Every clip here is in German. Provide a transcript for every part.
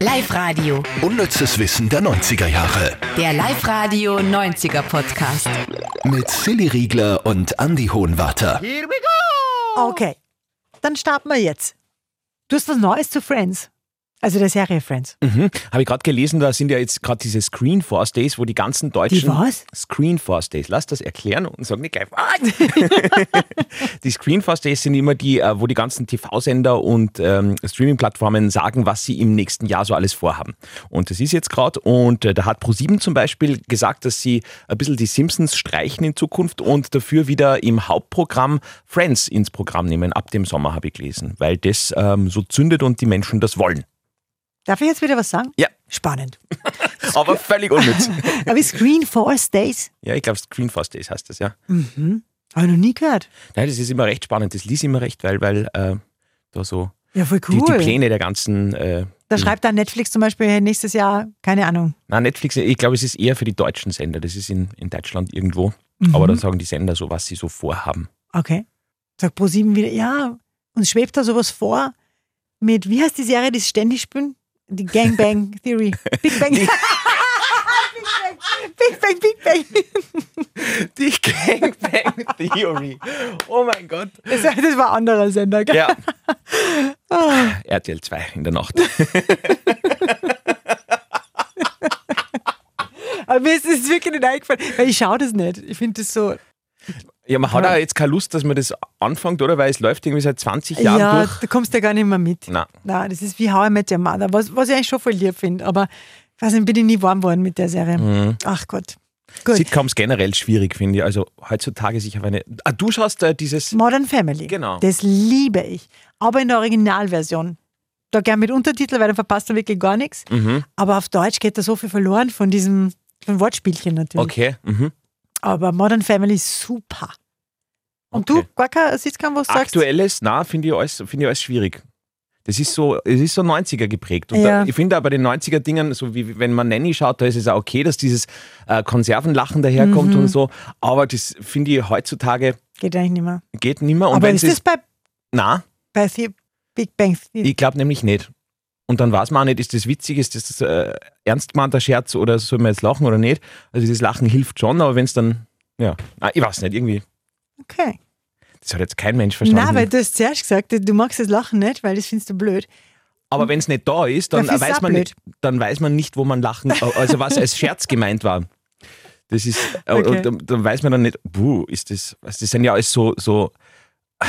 Live-Radio. Unnützes Wissen der 90er Jahre. Der Live-Radio 90er Podcast. Mit Silly Riegler und Andy Hohenwarter. Okay, dann starten wir jetzt. Du hast was Neues zu Friends. Also der Serie Friends. Mhm. Habe ich gerade gelesen, da sind ja jetzt gerade diese Screen Force Days, wo die ganzen deutschen. Die was? Screen Force Days. Lass das erklären und sag nicht gleich. Was? die Screen Force Days sind immer die, äh, wo die ganzen TV-Sender und ähm, Streaming-Plattformen sagen, was sie im nächsten Jahr so alles vorhaben. Und das ist jetzt gerade. Und äh, da hat ProSieben zum Beispiel gesagt, dass sie ein bisschen die Simpsons streichen in Zukunft und dafür wieder im Hauptprogramm Friends ins Programm nehmen. Ab dem Sommer habe ich gelesen, weil das ähm, so zündet und die Menschen das wollen. Darf ich jetzt wieder was sagen? Ja. Spannend. Aber völlig unnütz. Aber Screen Force Days Ja, ich glaube, Screen Force Days heißt das, ja. habe Mhm. ich noch nie gehört. Nein, das ist immer recht spannend. Das liest immer recht, weil, weil äh, da so Ja, voll die, cool. die Pläne der ganzen. Äh, Da schreibt dann Netflix zum Beispiel hey, nächstes Jahr, keine Ahnung. na, Netflix, ich glaube, es ist eher für die deutschen Sender. Das ist in, in Deutschland irgendwo. Mhm. Aber da sagen die Sender so, was sie so vorhaben. Okay. Sagt ProSieben wieder, ja, uns schwebt da sowas vor mit, wie heißt die Serie, die sie ständig spielen? Die Gangbang Theory. Big Bang. Big Bang, Big Bang, Big Bang. Die Gangbang Theory. Oh mein Gott. Das, das war ein anderer Sender, gell? Ja. Ah. RTL 2 in der Nacht. Aber mir ist es wirklich nicht eingefallen, weil ich schaue das nicht. Ich finde das so. Ja, man hat auch jetzt keine Lust, dass man das anfängt, oder? Weil es läuft irgendwie seit 20 Jahren ja, durch. da kommst du ja gar nicht mehr mit. Nein. Nein, das ist wie How I Met Your Mother, was, was ich eigentlich schon voll lieb finde. Aber ich weiß nicht, bin ich nie warm geworden mit der Serie. Mhm. Ach Gott. Gut. Sitcoms generell schwierig, finde ich. Also heutzutage sich auf eine. Ah, du schaust äh, dieses. Modern Family. Genau. Das liebe ich. Aber in der Originalversion. Da gern mit Untertitel, weil dann verpasst du wirklich gar nichts. Mhm, Aber auf Deutsch geht da so viel verloren von diesem von Wortspielchen natürlich. Okay. Mhm. Aber Modern Family ist super. Und Okay. du, gar kein Sitzkampf, was du sagst? Aktuelles, na, finde ich, alles- finde ich alles schwierig. Das ist so, es ist so 90er geprägt. Und Ja. da, ich finde auch bei den 90er Dingern, so wie wie wenn man Nanny schaut, da ist es auch okay, dass dieses äh, Konservenlachen Mhm. daherkommt und so. Aber das finde ich heutzutage Geht eigentlich nicht mehr. geht nimmer. Und Aber wenn ist es das ist, bei, na, bei The Big Bang Theory? ich glaube nämlich nicht. Und dann weiß man auch nicht, ist das witzig, ist das äh, ernst gemeinter Scherz oder soll man jetzt lachen oder nicht. Also das Lachen hilft schon, aber wenn es dann, ja, ah, ich weiß nicht, irgendwie, Okay. das hat jetzt kein Mensch verstanden. Nein, weil du hast zuerst gesagt, du magst das Lachen nicht, weil das findest du blöd. Aber wenn es nicht da ist, dann Dafür ist es weiß, auch man blöd. nicht, dann weiß man nicht, wo man lachen, also was als Scherz gemeint war. Das ist, Okay. und, dann- dann weiß man dann nicht, buh, ist das, also das sind ja alles so, so äh,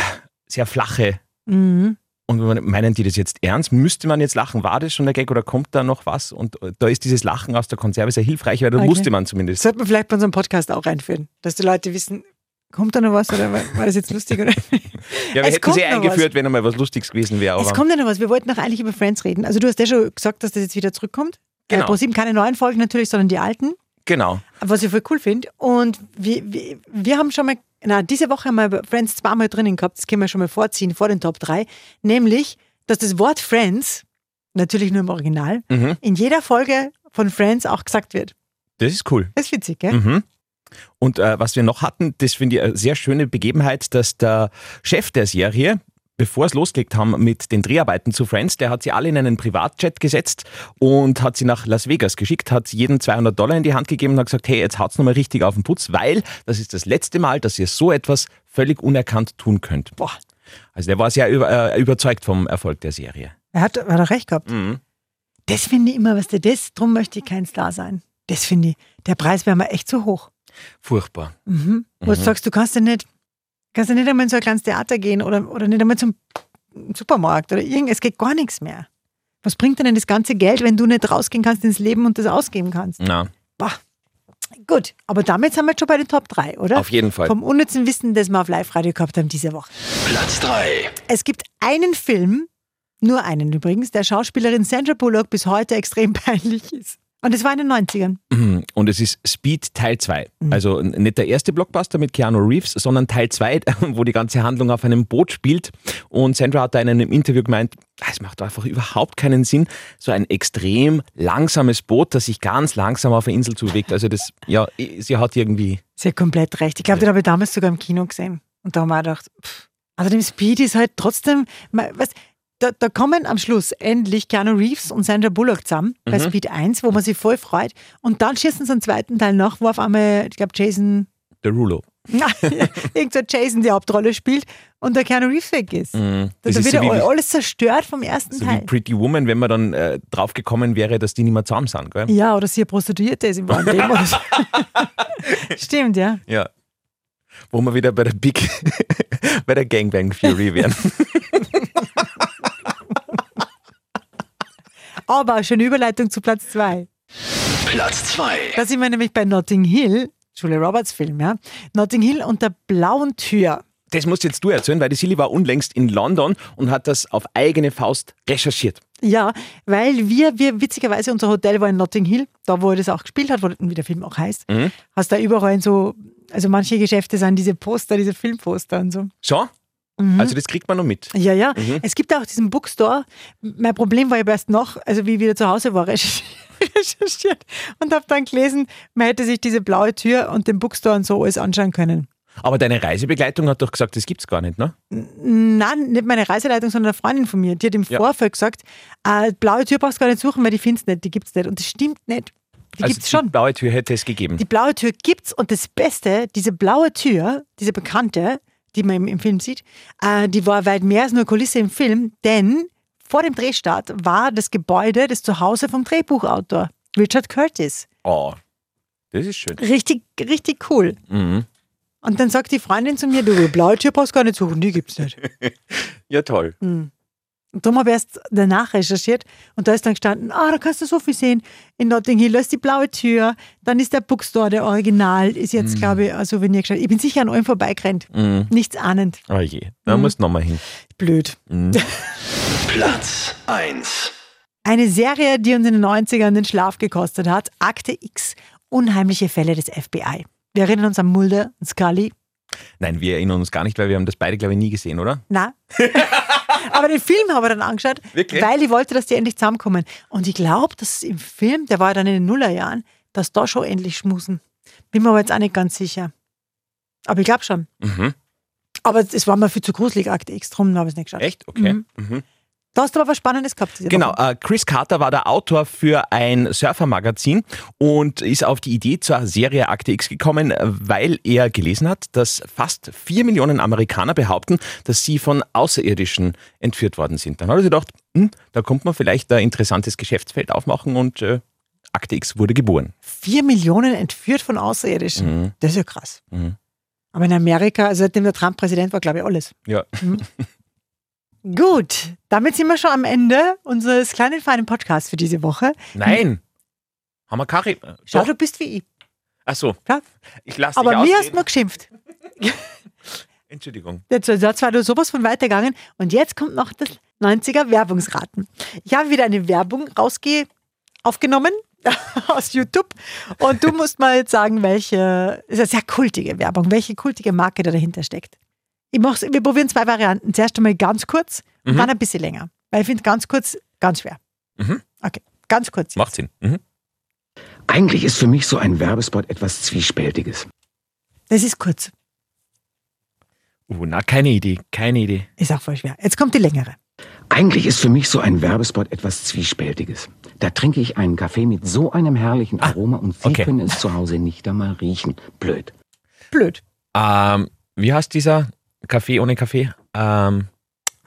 sehr flache. Mhm. Und wenn man- meinen die das jetzt ernst? Müsste man jetzt lachen? War das schon der Gag oder kommt da noch was? Und äh, da ist dieses Lachen aus der Konserve sehr hilfreich, weil da Okay. wusste man zumindest. Sollte man vielleicht bei unserem Podcast auch einführen, dass die Leute wissen, kommt da noch was oder war war das jetzt lustig? Oder? Ja, wir Es hätten sie kommt noch eingeführt, wenn einmal was Lustiges gewesen Es wäre. Aber kommt ja noch was. Wir wollten doch eigentlich über Friends reden. Also du hast ja schon gesagt, dass das jetzt wieder zurückkommt. Genau. Äh, ProSieben keine neuen Folgen natürlich, sondern die alten, genau. was ich voll cool finde. Und wir, wir, wir haben schon mal, na, diese Woche haben wir über Friends zweimal drinnen gehabt, das können wir schon mal vorziehen, vor den Top 3, nämlich, dass das Wort Friends, natürlich nur im Original, Mhm. in jeder Folge von Friends auch gesagt wird. Das ist cool. Das ist witzig, gell? Mhm. Und äh, was wir noch hatten, das finde ich eine sehr schöne Begebenheit, dass der Chef der Serie, bevor es losgelegt haben mit den Dreharbeiten zu Friends, der hat sie alle in einen Privatjet gesetzt und hat sie nach Las Vegas geschickt, hat jeden 200 Dollar in die Hand gegeben und hat gesagt, hey, jetzt haut's nochmal richtig auf den Putz, weil das ist das letzte Mal, dass ihr so etwas völlig unerkannt tun könnt. Boah. Also der war sehr über, äh, überzeugt vom Erfolg der Serie. Er hat, hat auch recht gehabt. Das finde ich immer, was der das, drum möchte ich kein Star sein. Das finde ich, der Preis wäre mir echt zu hoch. Furchtbar. Mhm. Wo du sagst, du kannst ja nicht, kannst ja nicht einmal in so ein kleines Theater gehen oder, oder nicht einmal zum Supermarkt oder irgend, es geht gar nichts mehr. Was bringt denn das ganze Geld, wenn du nicht rausgehen kannst ins Leben und das ausgeben kannst? Na, Boah. Gut, aber damit sind wir jetzt schon bei den Top 3, oder? auf jeden Fall. Vom unnützen Wissen, das wir auf Live-Radio gehabt haben diese Woche. Platz 3. Es gibt einen Film, nur einen übrigens, der Schauspielerin Sandra Bullock bis heute extrem peinlich ist. Und es war in den 90ern. Mhm. Und es ist Speed Teil 2. Also n- nicht der erste Blockbuster mit Keanu Reeves, sondern Teil 2, wo die ganze Handlung auf einem Boot spielt. Und Sandra hat da in einem Interview gemeint, "Ah, es macht einfach überhaupt keinen Sinn, so ein extrem langsames Boot, das sich ganz langsam auf eine Insel zubewegt. Also das, ja, i- sie hat irgendwie, Sie hat komplett recht. Ich glaube, den habe ich also damals sogar im Kino gesehen. Und da haben wir auch gedacht, pff. außerdem Speed ist halt trotzdem, man- was, da, da kommen am Schluss endlich Keanu Reeves und Sandra Bullock zusammen Mhm. bei Speed 1, wo man sich voll freut. Und dann schießen sie einen zweiten Teil nach, wo auf einmal, ich glaube, Jason, Der Rulo. na, irgend so ein Jason die Hauptrolle spielt und der Keanu Reeves weg ist. Da, Mhm. Das da wird ist so ja wie- all- alles zerstört vom ersten So wie Teil. Pretty Woman, wenn man dann äh, draufgekommen wäre, dass die nicht mehr zusammen sind, gell? Ja, oder sie eine Prostituierte ist im wahren Leben. oder so. Stimmt, ja. Ja. Wo wir wieder bei der Big, bei der Gangbang Fury wären. Aber schöne Überleitung zu Platz 2. Platz 2. Da sind wir nämlich bei Notting Hill, Julia Roberts Film, ja. Notting Hill und der blauen Tür. Das musst jetzt du erzählen, weil die Silly war unlängst in London und hat das auf eigene Faust recherchiert. Ja, weil wir, wir witzigerweise, unser Hotel war in Notting Hill, da wo er das auch gespielt hat, wo wie der Film auch heißt. Hast da überall in so, also manche Geschäfte sind diese Poster, diese Filmposter und so. Schon? Mhm. Also das kriegt man noch mit. Ja, ja. Mhm. Es gibt auch diesen Bookstore. Mein Problem war ja erst noch, also wie ich wieder zu Hause war, recherchiert und habe dann gelesen, man hätte sich diese blaue Tür und den Bookstore und so alles anschauen können. Aber deine Reisebegleitung hat doch gesagt, das gibt's gar nicht, ne? Nein, nicht meine Reiseleitung, sondern eine Freundin von mir. Die hat im Ja. Vorfeld gesagt, äh, blaue Tür brauchst du gar nicht suchen, weil die findest nicht, die gibt's nicht. Und das stimmt nicht. Die also gibt's schon. Die blaue Tür hätte es gegeben. Die blaue Tür gibt's und das Beste, diese blaue Tür, diese bekannte, die man im, im Film sieht, äh, die war weit mehr als nur Kulisse im Film, denn vor dem Drehstart war das Gebäude das Zuhause vom Drehbuchautor Richard Curtis. Oh, das ist schön. Richtig, richtig cool. Mhm. Und dann sagt die Freundin zu mir, du, die blaue Tür brauchst gar nicht suchen, die gibt's nicht. Ja, toll. Mhm. Und darum habe ich erst danach recherchiert und da ist dann gestanden, ah, da kannst du so viel sehen. In Notting Hill da ist die blaue Tür, dann ist der Bookstore, der Original, ist jetzt, glaube ich, ein Souvenir geschaut. Ich bin sicher an allem vorbeigerannt. Nichts ahnend. Oh je, Mhm. da musst du nochmal hin. Blöd. Platz 1. Eine Serie, die uns in den 90ern den Schlaf gekostet hat, Akte X, unheimliche Fälle des FBI. Wir erinnern uns an Mulder und Scully. Nein, wir erinnern uns gar nicht, weil wir haben das beide, glaube ich, nie gesehen, oder? Na. Aber den Film habe ich dann angeschaut, Wirklich? weil ich wollte, dass die endlich zusammenkommen. Und ich glaube, dass im Film, der war ja dann in den Nullerjahren, dass da schon endlich schmusen. Bin mir aber jetzt auch nicht ganz sicher. Aber ich glaube schon. Mhm. Aber es war mir viel zu gruselig, Akt X, drum habe ich es nicht geschaut. Echt? Okay. Mhm. Mhm. Da hast du aber was Spannendes gehabt. diese Genau, Woche. äh, Chris Carter war der Autor für ein Surfermagazin und ist auf die Idee zur Serie Akte X gekommen, äh, weil er gelesen hat, dass fast vier Millionen Amerikaner behaupten, dass sie von Außerirdischen entführt worden sind. Dann hat er sich gedacht, hm, da kommt man vielleicht ein interessantes Geschäftsfeld aufmachen und äh, Akte X wurde geboren. Vier Millionen entführt von Außerirdischen. Mhm. Das ist ja krass. Mhm. Aber in Amerika, also seitdem der Trump Präsident war, glaube ich, alles. Ja. Gut, damit sind wir schon am Ende unseres kleinen, feinen Podcasts für diese Woche. Nein! Haben wir Kari. Schau, du bist wie ich. Ach so. Ja. Ich lasse dich Aber mir hast du ausreden. mal geschimpft. Entschuldigung. Jetzt ist zwar nur sowas von weitergegangen und jetzt kommt noch das 90er Werbungsraten. Ich habe wieder eine Werbung rausge aufgenommen aus YouTube und du musst mal jetzt sagen, welche, ist eine sehr kultige Werbung, welche kultige Marke da dahinter steckt. Ich mach's, wir probieren zwei Varianten. Zuerst einmal ganz kurz und Mhm. dann ein bisschen länger. Weil ich finde ganz kurz ganz schwer. Mhm. Okay, ganz kurz. Macht Sinn. Mhm. Eigentlich ist für mich so ein Werbespot etwas Zwiespältiges. Das ist kurz. Uh, na, keine Idee. Keine Idee. Ist auch voll schwer. Jetzt kommt die längere. Eigentlich ist für mich so ein Werbespot etwas Zwiespältiges. Da trinke ich einen Kaffee mit so einem herrlichen Aroma und Sie okay. können es zu Hause nicht einmal riechen. Blöd. Blöd. Ähm, wie heißt dieser? Kaffee ohne Kaffee? Ähm,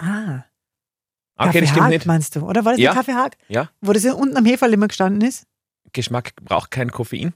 Ah. okay, das Kaffee stimmt Haag, nicht. meinst du? Oder war das Ja. der Kaffee Haag? Ja. Wo das ja unten am Heferl immer gestanden ist? Geschmack braucht kein Koffein.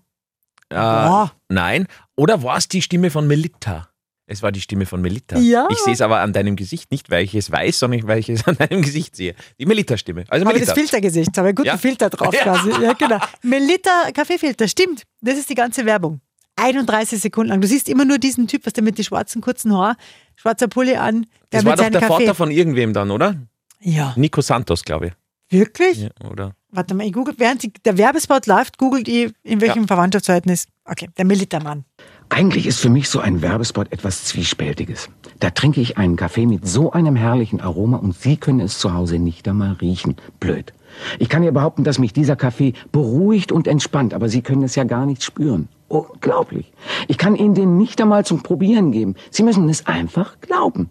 Äh, Boah. Nein. Oder war es die Stimme von Melitta? Es war die Stimme von Melitta. Ja. Ich sehe es aber an deinem Gesicht nicht, weil ich es weiß, sondern weil ich es an deinem Gesicht sehe. Die Melitta-Stimme. Also Aber Melitta. das Filtergesicht, aber einen guten Ja. Filter drauf Ja. quasi. Ja, genau. Melita Kaffeefilter, stimmt. Das ist die ganze Werbung. 31 Sekunden lang. Du siehst immer nur diesen Typ, was der mit den schwarzen kurzen Haar, schwarzer Pulli an, der Das mit war doch seinem der Kaffee. Vater von irgendwem dann, oder? ja. Nico Santos, glaube ich. Wirklich? Ja, oder? Warte mal, ich google, während die, der Werbespot läuft, googelt ihr, in welchem Verwandtschaftsverhältnis. Okay, der Melita-Mann. Eigentlich ist für mich so ein Werbespot etwas Zwiespältiges. Da trinke ich einen Kaffee mit so einem herrlichen Aroma und Sie können es zu Hause nicht einmal riechen. Blöd. Ich kann ja behaupten, dass mich dieser Kaffee beruhigt und entspannt, aber Sie können es ja gar nicht spüren. Unglaublich. Ich kann Ihnen den nicht einmal zum Probieren geben. Sie müssen es einfach glauben.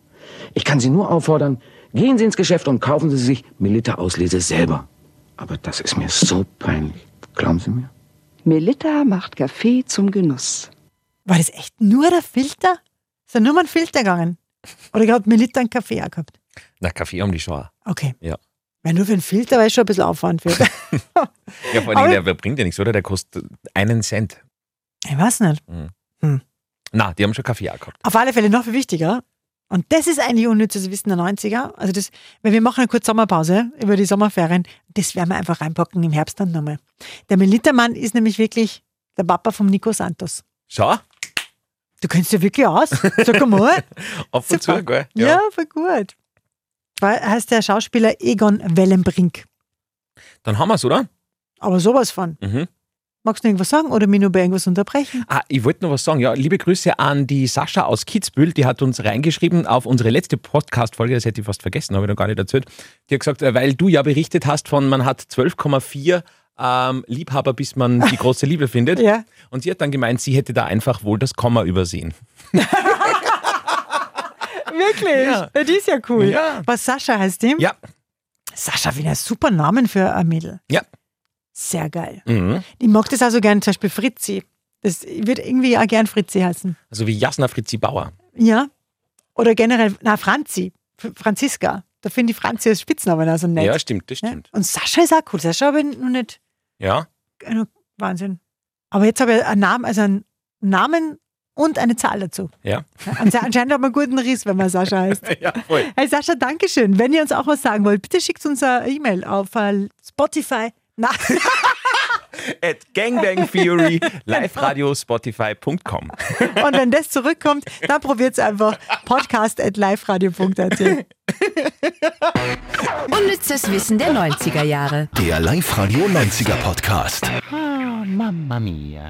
Ich kann Sie nur auffordern, Gehen Sie ins Geschäft und kaufen Sie sich Melitta-Auslese selber. Aber das ist mir so peinlich. Glauben Sie mir? Melitta macht Kaffee zum Genuss. War das echt nur der Filter? Ist da nur mal ein Filter gegangen? Oder ich habe mir Liter einen Kaffee auch gehabt. Na, Kaffee haben die schon. auch. Okay. Ja. Weil nur für einen Filter war es schon ein bisschen Aufwand wird. Ja, vor Aber- allem, der, der bringt ja nichts, oder? Der kostet einen Cent. ich weiß nicht. Na, die haben schon Kaffee auch gehabt. Auf alle Fälle noch viel wichtiger. Und das ist eigentlich unnützes Wissen der 90er. Also das, weil wir machen eine kurze Sommerpause über die Sommerferien. Das werden wir einfach reinpacken im Herbst dann nochmal. Der Melittermann ist nämlich wirklich der Papa vom Nico Santos. Schau, Du kennst ja wirklich aus. Sag mal. ab und Super. zu, gell? ja. voll gut. War, heißt der Schauspieler Egon Wellenbrink. Dann haben wir es, oder? Aber sowas von. Mhm. Magst du noch irgendwas sagen oder mich nur bei irgendwas unterbrechen? Ah, ich wollte noch was sagen. Ja, liebe Grüße an die Sascha aus Kitzbühel. Die hat uns reingeschrieben auf unsere letzte Podcast-Folge. Das hätte ich fast vergessen, habe ich noch gar nicht erzählt. Die hat gesagt, äh, weil du ja berichtet hast von, man hat 12,4 ähm, Liebhaber, bis man die große Liebe findet. Ja. Und sie hat dann gemeint, sie hätte da einfach wohl das Komma übersehen. Wirklich? Ja. Die ist ja cool. Ja. Was Sascha heißt die? Ja. Sascha, wieder super Namen für ein Mädel. Ja. Sehr geil. Mhm. Ich mag das auch so gern, zum Beispiel Fritzi. Das wird irgendwie auch gern Fritzi heißen. Also wie Jasna Fritzi Bauer. Ja. Oder generell, na, Franzi. F Franziska. Da finde ich Franzi als Spitznamen auch so nett. Ja, stimmt, das Ja? stimmt. Und Sascha ist auch cool. Sascha habe ich noch nicht. Ja. äh, noch- Wahnsinn. Aber jetzt habe ich einen Namen, also einen Namen und eine Zahl dazu. Ja. Anse- Anscheinend hat man einen guten Riss, wenn man Sascha heißt. Ja, voll. Hey Sascha, danke schön. Wenn ihr uns auch was sagen wollt, bitte schickt uns eine E-Mail auf äh, Spotify. Na, at Gangbang Theory, liveradio-spotify.com. und wenn das zurückkommt, dann probiert es einfach podcast.liferadio.at. Unnützes Wissen der 90er Jahre. Der Live-Radio 90er Podcast. Mamma mia.